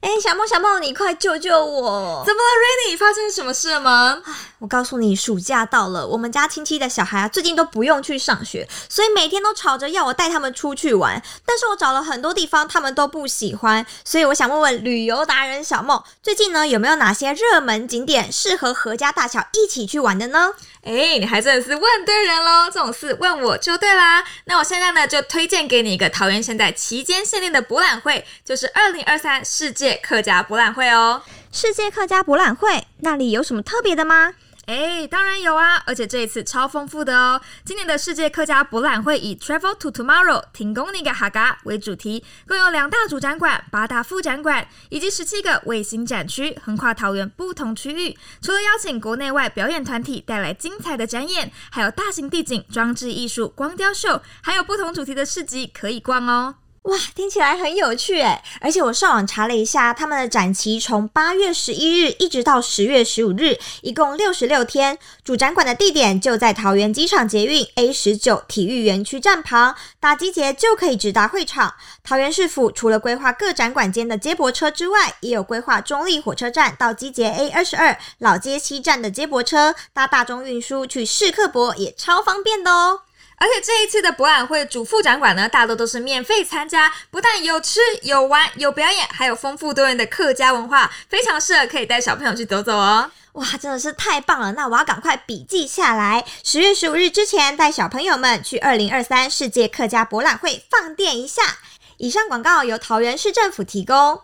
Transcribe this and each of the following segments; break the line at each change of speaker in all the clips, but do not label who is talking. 哎、小梦，小梦，你快救救我！
怎么了，Rainy？发生什么事了吗？
我告诉你，暑假到了，我们家亲戚的小孩啊，最近都不用去上学，所以每天都吵着要我带他们出去玩。但是我找了很多地方，他们都不喜欢，所以我想问问旅游达人小梦，最近呢有没有哪些热门景点适合合家大小一起去玩的呢？
哎、你还真的是问对人喽！这种事问我就对啦。那我现在呢，就推荐给你一个桃园现代期间限定的博览会，就是二零二三世界客家博览会哦。
世界客家博览会那里有什么特别的吗？
哎，当然有啊，而且这一次超丰富的哦。今年的世界客家博览会以 “Travel to Tomorrow” 停工那个哈嘎为主题，共有两大主展馆、八大副展馆以及十七个卫星展区，横跨桃园不同区域。除了邀请国内外表演团体带来精彩的展演，还有大型地景、装置艺术、光雕秀，还有不同主题的市集可以逛哦。
哇，听起来很有趣诶！而且我上网查了一下，他们的展期从八月十一日一直到十月十五日，一共六十六天。主展馆的地点就在桃园机场捷运 A 十九体育园区站旁，打机捷就可以直达会场。桃园市府除了规划各展馆间的接驳车之外，也有规划中立火车站到机捷 A 二十二老街西站的接驳车，搭大众运输去市客博也超方便的哦。
而且这一次的博览会主副展馆呢，大多都是免费参加，不但有吃有玩有表演，还有丰富多元的客家文化，非常适合可以带小朋友去走走哦。
哇，真的是太棒了！那我要赶快笔记下来，十月十五日之前带小朋友们去二零二三世界客家博览会放电一下。以上广告由桃园市政府提供。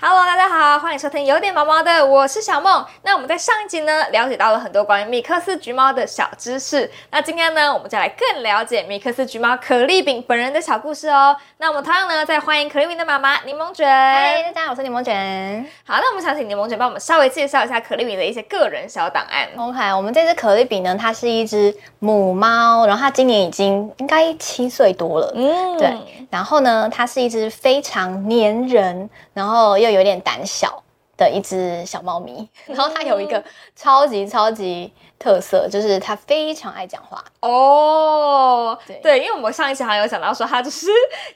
Hello，大家好，欢迎收听有点毛毛的，我是小梦。那我们在上一集呢，了解到了很多关于米克斯橘猫的小知识。那今天呢，我们就来更了解米克斯橘猫可丽饼本人的小故事哦。那我们同样呢，再欢迎可丽饼的妈妈柠檬卷。
嗨，大家好，我是柠檬卷。
好，那我们想请柠檬卷帮我们稍微介绍一下可丽饼的一些个人小档案。
OK，我们这只可丽饼呢，它是一只母猫，然后它今年已经应该七岁多了。
嗯
对，然后呢，它是一只非常粘人，然后又有点胆小的一只小猫咪。
嗯
然后它有一个超级超级特色，就是它非常爱讲话。
哦，
对
对，因为我们上一期好像有讲到说，它就是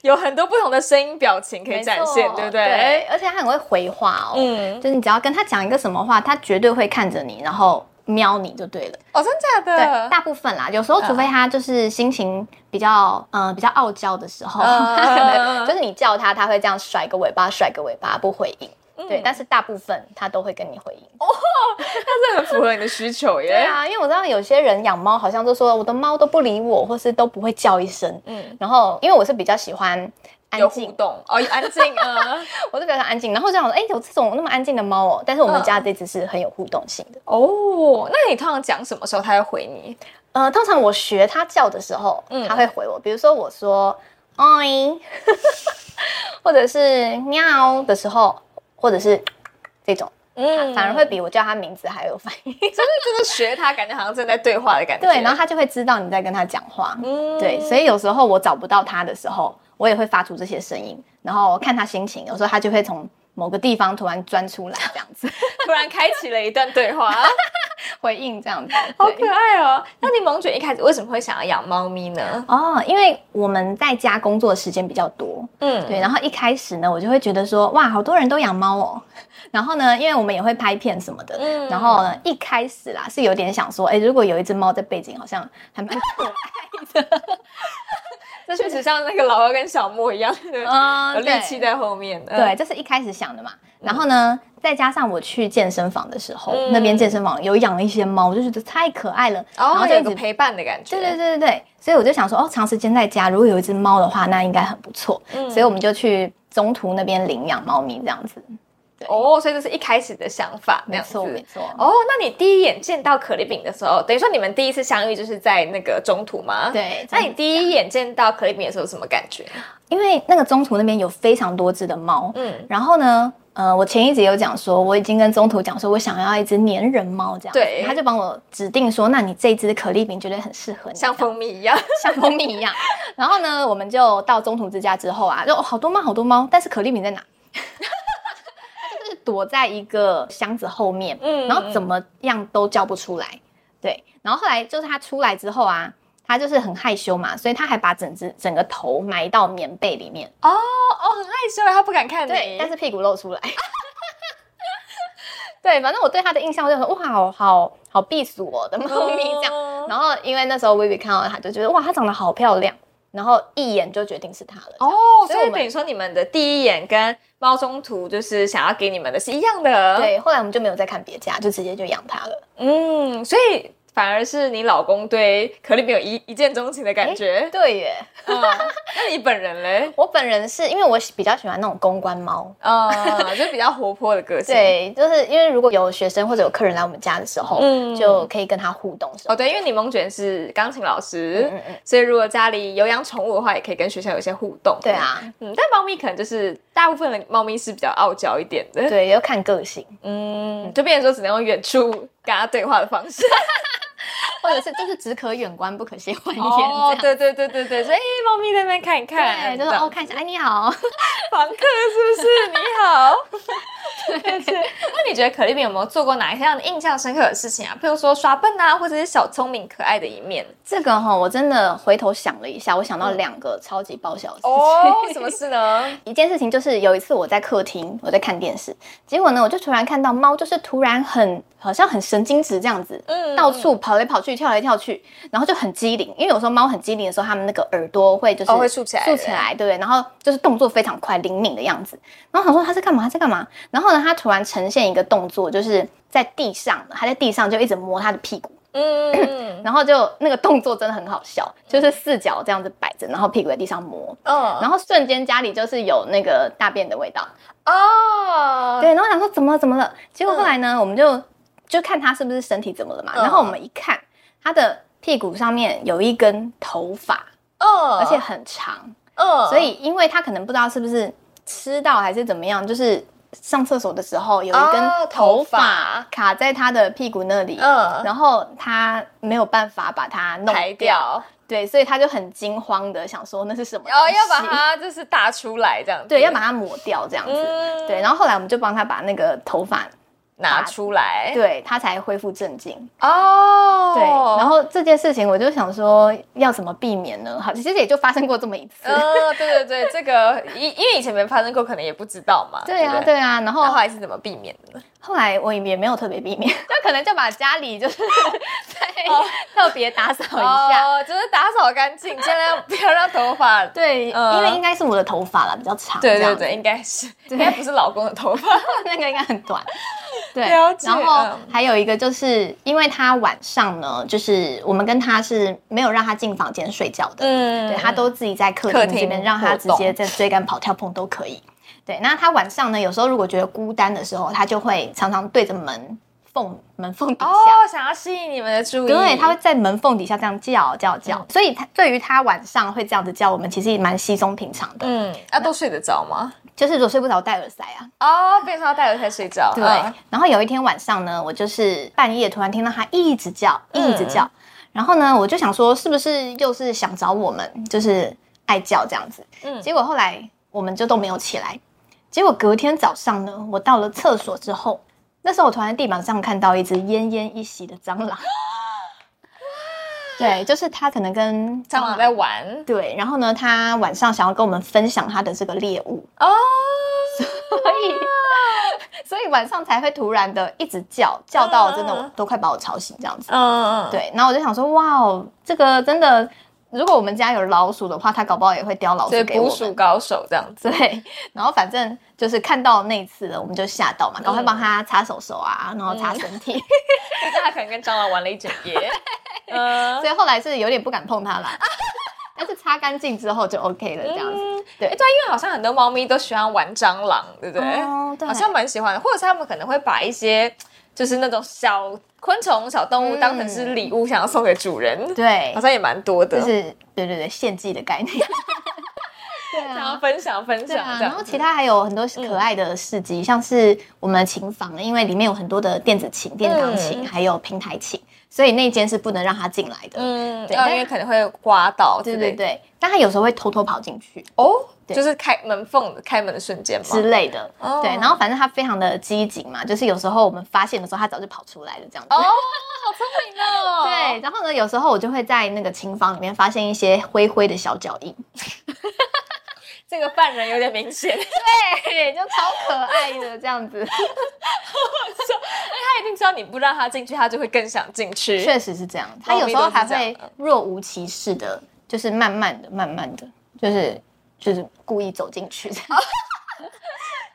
有很多不同的声音表情可以展现，
没错
对不对？
对，而且它很会回话哦。
嗯，
就是你只要跟它讲一个什么话，它绝对会看着你，然后瞄你就对了。
哦，真假
对，
的？
大部分啦，有时
嗯
候除非他就是心情比较，嗯、比较傲娇的时候，
嗯
他可 能就是你叫他，他会这样甩个尾巴，甩个尾巴不回应。
嗯
对，但是大部分他都会跟你回应。
哦这很符合你的需求耶。
对啊，因为我知道有些人养猫，好像都说我的猫都不理我，或是都不会叫一声。
嗯，
然后，因为我是比较喜欢
有
安
互
静，
动哦，有安静 啊。
我是比较喜欢安静。然后这样，哎、有这种那么安静的猫哦、但是我们
嗯
家这只是很有互动性的。
哦，那你通常讲什么时候它会回你？
呃，通常我学它叫的时候，
嗯
它会回我，比如说我说“哎”， 或者是“喵”的时候，或者是这种，
嗯
反而会比我叫它名字还有反应。
就是学它，感觉好像正在对话的感觉。
对，然后它就会知道你在跟它讲话。
嗯
对，所以有时候我找不到它的时候，我也会发出这些声音，然后看它心情，有时候它就会从某个地方突然钻出来，这样子
突然开启了一段对话，
回应这样子。
好
对
可爱哦。 那柠檬卷一开始为什么会想要养猫咪呢？
哦，因为我们在家工作的时间比较多，
嗯，
对，然后一开始呢，我就会觉得说，哇，好多人都养猫哦。然后呢，因为我们也会拍片什么的，
嗯
然后呢，一开始啦是有点想说，哎，如果有一只猫在背景，好像还 蛮可爱的。
这确实像那个老二跟小莫一样，哦对
嗯
有力
对
气在后面。嗯
对，，这是一开始想的嘛。然后呢，再加上我去健身房的时候，
嗯
那边健身房有养了一些猫，我就觉得太可爱了，
然后
就
有
一
一
直
个陪伴的感觉。
对对对对对，所以我就想说，哦，长时间在家，如果有一只猫的话，那应该很不错。
嗯
所以我们就去中途那边领养猫咪这样子。对
哦，所以这是一开始的想法，那
没
样子
错没错。
哦，那你第一眼见到可丽饼的时候，等于说你们第一次相遇就是在那个中途吗？。
对，
那
那
你第一眼见到可丽饼的时候有什么感觉？
因为那个中途那边有非常多只的猫，
嗯，
然后呢，呃，我前一集有讲说，我已经跟中途讲说我想要一只粘人猫这样子，
对
他就帮我指定说，那你这只可丽饼绝对很适合你，
像蜂蜜一 样。
像蜂蜜一样。然后呢，我们就到中途之家之后啊，就、哦好多猫好多猫，但是可丽饼在哪？ 它就是躲在一个箱子后面，
嗯
然后怎么样都叫不出来。对，然后后来就是它出来之后啊，它就是很害羞嘛，所以它还把整只整个头埋到棉被里面，
哦哦，很害羞，他不敢看你。
对， 但是屁股露出来。对，反正我对它的印象就是哇，好好好避暑哦的猫咪这样。
哦
然后因为那时候薇薇看到它，就觉得哇，它长得好漂亮，然后一眼就决定是它了。哦，
哦，
所以
所以
我们
等于说你们的第一眼跟猫中途就是想要给你们的是一样的。，
对，后来我们就没有再看别家，就直接就养它了。
嗯，所以反而是你老公对可丽饼有一一见钟情的感觉。
对耶，
嗯，那你本人嘞？
我本人是因为我喜比较喜欢那种公关猫。
啊，就比较活泼的个性。，
对，就是因为如果有学生或者有客人来我们家的时候，
嗯
就可以跟他互动什么
哦，对，因为柠檬卷是钢琴老师，
嗯嗯
所以如果家里有养宠物的话，也可以跟学校有一些互动。
对，啊，
嗯，但猫咪可能就是大部分的猫咪是比较傲娇一点的，
对，要看个性，
嗯，就变成说只能用远处跟它对话的方 式。
或者是就是只可远观不可亵玩焉。
哦，
这
对
样
对对对对，所以哎猫咪在那边看一看，
对，就是
这样
哦，看一下，哎，你好，
房客是不是？你好。 那你觉得可丽饼有没有做过哪一些让你印象深刻的事情啊？譬如说耍笨啊，或者是小聪明、可爱的一面。
这个哈、我真的回头想了一下，我想到两个超级爆笑的事情。
哦，什么事呢？
一件事情就是有一次我在客厅，我在看电视，结果呢，我就突然看到猫，就是突然很好像很神经质这样子，
嗯
到处跑来跑去，跳来跳去，然后就很机灵。因为有时候猫很机灵的时候，它们那个耳朵会就是
哦会竖起来
竖起来，对，然后就是动作非常快、灵敏的样子。然后我想说它在干嘛？它在干嘛？然后呢，它突然呈现一个动作，就是在地上，它在地上就一直摸它的屁股。
嗯
然后就那个动作真的很好笑，就是四脚这样子摆着，然后屁股在地上摸，
嗯
然后瞬间家里就是有那个大便的味道。
哦，
对，然后想说怎么了怎么了，结果后来呢，我们就就看他是不是身体怎么了嘛，
嗯
然后我们一看他的屁股上面有一根头发，
嗯
而且很长，
嗯
所以因为他可能不知道是不是吃到还是怎么样，就是上厕所的时候有一根
哦
头
头发
发卡在他的屁股那里，
嗯
然后他没有办法把它弄
排掉，
对，所以他就很惊慌的想说那是什么
然后
东西，
哦要把它就是打出来这样子，
对要把它抹掉这样子。
嗯
对，然后后来我们就帮他把那个头发
拿出来，
对他才恢复镇静。
哎哦，
对，然后这件事情我就想说要怎么避免呢？好，其实也就发生过这么一次。
嗯，对对对，这个因因为以前没发生过，可能也不知道嘛，
对啊，
不
对啊，然后
那后来是怎么避免的呢？
后来我也没有特别避 免，就可能就把家里 就是再特别打扫一下。
哦，就是打扫干净，尽量不要 让头发。
对，
嗯
因为应该是我的头发啦，比较长。
对
这
对
样子
对，应该是， 应
对
该不是老公的头发。
那个应该很 短。对，
了解
然后
嗯
还有一个就是，因为他晚上呢，就是我们跟他是没有让他进房间睡觉的，
嗯
对他都自己在客
客
厅
厅
这边，让他
活
直
动
接在追赶、跑、跳、碰都可以。对，那他晚上呢，有时候如果觉得孤单的时候，他就会常常对着门缝门缝底下。
哦，想要吸引你们的注意，
对，他会在门缝底下这样叫叫叫，
嗯
所以他对于他晚上会这样子叫，我们其实也蛮稀松平常的。
嗯，啊，都睡得着吗？
就是如果睡不着戴耳塞啊，
哦，变成要戴耳才睡觉。
对
嗯，
然后有一天晚上呢，我就是半夜突然听到他一直叫，
嗯
一直叫，然后呢，我就想说是不是又是想找我们，就是爱叫这样子。
嗯
结果后来我们就都没有起来。结果隔天早上呢，我到了厕所之后，那时候我突然在地板上看到一只奄奄一息的蟑 螂。对，就是它可能跟
蟑螂在玩
对，然后呢，它晚上想要跟我们分享它的这个猎物，
哦，
所以 所以晚上才会突然的一直叫，叫到真的
嗯嗯
我都快把我吵醒这样子。
嗯，
对，然后我就想说，哇哦，这个真的，如果我们家有老鼠的话，它搞不好也会叼老
所以
鼠给我
捕鼠
们。
高手这样子。
对，然后反正就是看到那一次了，我们就吓到嘛，赶快帮它擦手手啊，然后擦身体，
嗯那他可能跟蟑螂玩了一整 夜。嗯，
所以后来是有点不敢碰它啦。 但是擦干净之后就 OK 了，这样子。对
哎，对，因为好像很多猫咪都喜欢玩蟑螂，对不对？
哦对
好像蛮喜欢的，或者是他们可能会把一些就是那种小昆虫、小动物当成是礼物，想要送给主人。
对
好，像也蛮多的。
就是对对对，献祭的概念。 对
想要
啊。
分享分
对
享
啊，
这
然
样
后
子。
其他还有很多可爱的事迹，像是我们的琴房，因为里面有很多的电子琴、电钢琴，
嗯
还有平台琴，所以那间是不能让他进来的。
嗯，
对
呃
但
因为可能会刮到之
对
类
对
的。
对，但他有时候会偷偷跑进去
哦，
对
就是开门缝开门的瞬间
之
吗？
类的。
哦
对，然后反正他非常的机警嘛，就是有时候我们发现的时候，他早就跑出来了这样子。
哦，好聪明哦！
对，，然后呢，有时候我就会在那个琴房里面发现一些灰灰的小脚印，
这个犯人有点明 显，
对，就超可爱的这样子，
他一定知道你不让他进去，他就会更想进去。
确实是这样。嗯他有时候还会若无其事的，就是慢慢的、慢慢的，就是就是故意走进去，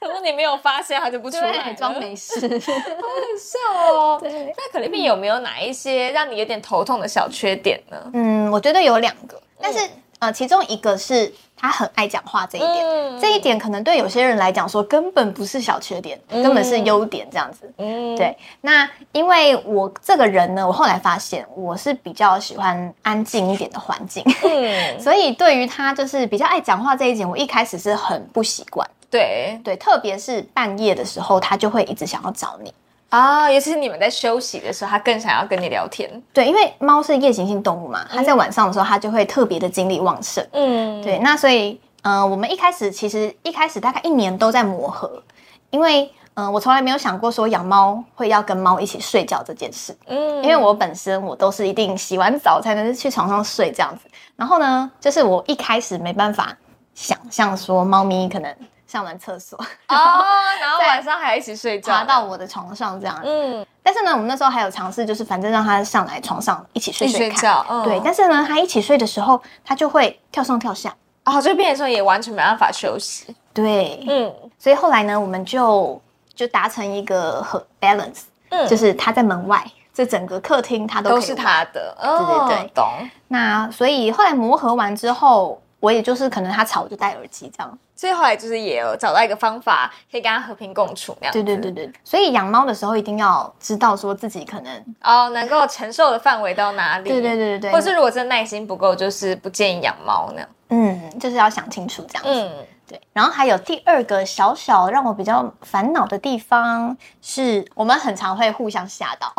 可是你没有发现，他就不出来
对，
了，
装没事。
笑哦。
对，
那可丽饼有没有哪一些让你有点头痛的小缺点呢？
嗯，我觉得有两个，但是、呃，其中一个是他很爱讲话这一点。
嗯
这一点可能对有些人来讲说根本不是小缺点，根本是优点这样子。
嗯，
对，那因为我这个人呢，我后来发现我是比较喜欢安静一点的环境，
嗯，
所以对于他就是比较爱讲话这一点，我一开始是很不习惯。
对
对，特别是半夜的时候，他就会一直想要找你。
啊，尤其是你们在休息的时候，他更想要跟你聊天。
对，因为猫是夜行性动物嘛，它在晚上的时候，它就会特别的精力旺盛。
嗯，
对，那所以，嗯、我们一开始其实一开始大概一年都在磨合，因为，嗯、我从来没有想过说养猫会要跟猫一起睡觉这件事。
嗯
因为我本身我都是一定洗完澡才能去床上睡这样子。然后呢，就是我一开始没办法想象说猫咪可能上完厕所
哦，然后晚上还一起睡觉，
爬到我的床上这样。
嗯，
但是呢，我们那时候还有尝试，就是反正让它上来床上一起睡
一起
睡
睡
看。
觉，嗯
对，但是呢，它一起睡的时候，它就会跳上跳下。
哦，就变成说也完全没办法休息。
对，
嗯
所以后来呢，我们就就达成一个和 balance，、
嗯，
就是它在门外，这整个客厅它都可以
都是他的，哦，
对对对
懂。
那所以后来磨合完之后，我也就是可能他吵我就戴耳机这样。
所以后来就是也有找到一个方法，可以跟他和平共处那样。
对对对对，所以养猫的时候一定要知道说自己可能
哦，能够承受的范围到哪里？
对对对对对，
或是如果真的耐心不够，就是不建议养猫那样。
嗯，就是要想清楚这样子。
嗯，
对，然后还有第二个小小让我比较烦恼的地方是，我们很常会互相吓到，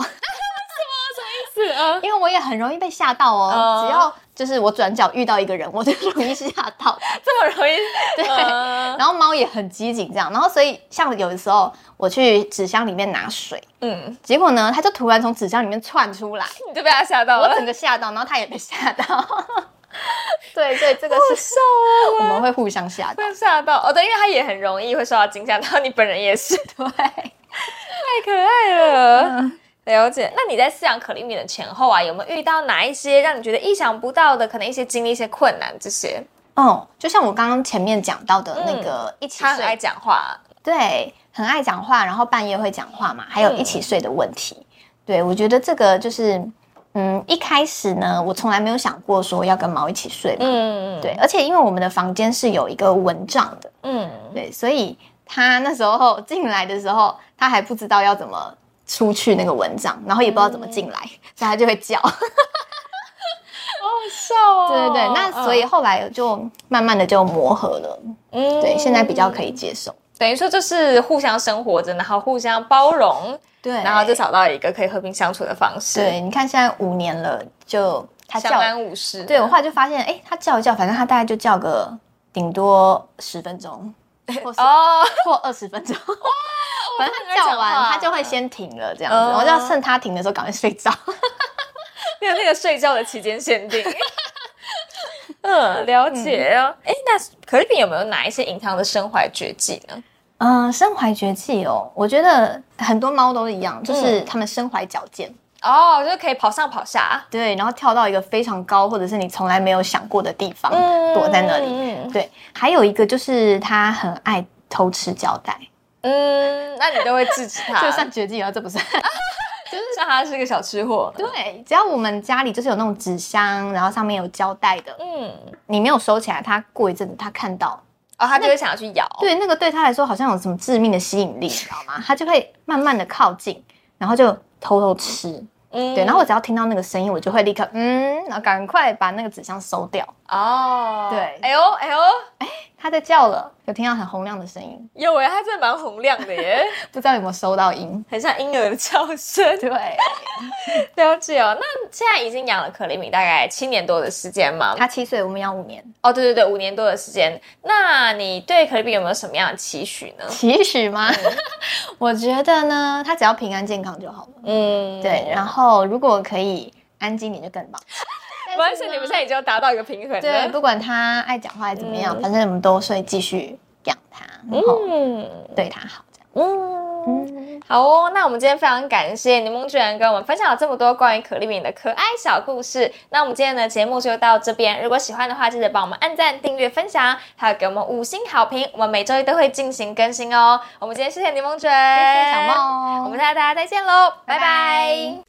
是啊，
因为我也很容易被吓到哦。
哦
只要就是我转角遇到一个人，我就容易吓到。
这么容 易
对
嗯
然后猫也很机警这样，然后所以像有的时候我去纸箱里面拿水，
嗯，
结果呢，它就突然从纸箱里面窜出来，
你就被他吓到
我
了，
整个吓到，然后它也被吓到。 对对，这个是
笑哦，
我们会互相吓到。
被吓到哦，对，因为他也很容易会受到惊吓，然后你本人也是，
对，嗯
太可爱了。了解，那你在饲养可丽米的前后啊，有没有遇到哪一些让你觉得意想不到的，可能一些经历、一些困难这些？
哦，就像我刚刚前面讲到的那个一
嗯
起
他很爱
睡，
讲话，
对，很爱讲话，然后半夜会讲话嘛，还有一起睡的问题。对，我觉得这个就是，嗯，一开始呢，我从来没有想过说要跟猫一起睡嘛。
嗯，
对，，而且因为我们的房间是有一个蚊帐的，
嗯，
对，所以他那时候进来的时候，他还不知道要怎么出去那个蚊帐，然后也不知道怎么进来，所以他就会叫。
笑哦
对对对，那所以，后来就慢慢的就磨合了，
嗯
对，现在比较可以接受。
等于说就是互相生活着，然后互相包容，
对，
然后就找到一个可以和平相处的方式，
对，，你看现在五年了，就他
相
叫，
安无事。
对我后来就发现，哎，他叫一叫，反正他大概就叫个顶多十 分钟，或是
哦，
或二十分钟。 反正他
我很爱
叫
讲话
完，他就会先停了，这样子，
嗯
我就要趁他停的时候赶快睡 着。
没有那个睡觉的期间限 定。嗯，了解哦。哎、那可丽饼有没有哪一些隐藏的身怀绝技呢？
嗯，身怀绝技哦，我觉得很多猫都一样，
嗯
就是它们身怀矫健，
哦，就是可以跑上跑下，
对，然后跳到一个非常高，或者是你从来没有想过的地方，
嗯
躲在那里。
嗯
对，还有一个就是它很爱偷吃胶带，
嗯，那你都会制止 他，
这算绝技啊？这不算。
像他是个小吃货。
对，只要我们家里就是有那种纸箱，然后上面有胶带的，
嗯，
你没有收起来，它过一阵子它看到，
哦，他就会想要去咬。，
对，那个对它来说好像有什么致命的吸引力，你知道 吗？它就会慢慢的靠近，然后就偷偷吃。
嗯
对，然后我只要听到那个声音，我就会立刻嗯，然后赶快把那个纸箱收掉。
哦，
对
哎呦哎呦，
它在叫了，有听到很洪亮的声音，
有哎，它真的蛮洪亮的耶，
不知道有没有收到音？
很像婴儿的叫声。
对，
了解哦。那现在已经养了可丽米大概七年多的时间嘛？
它七岁，我们养五年，
哦，对对对，五年多的时间。那你对可丽米有没有什么样的期许呢？
期许吗？ 我觉得呢，它只要平安健康就好了。
嗯，
对，然后如果可以安静一点就更 棒。但是呢
完全你们现在已经有达到一个平衡了。
对，不管它爱讲话还是怎么样，
嗯
反正我们都是会继续养它，然后
嗯
对它好。这样
嗯。好哦，那我们今天非常感谢柠檬居然跟我们分享了这么多关于可丽饼的可爱小故事。那我们今天的节目就到这边，如果喜欢的话，记得帮我们按赞、订阅、分享，还有给我们五星好评。我们每周一都会进行更新哦。我们今天谢谢柠檬卷，
谢谢小，梦，
我们下次大家再见喽，拜拜
拜拜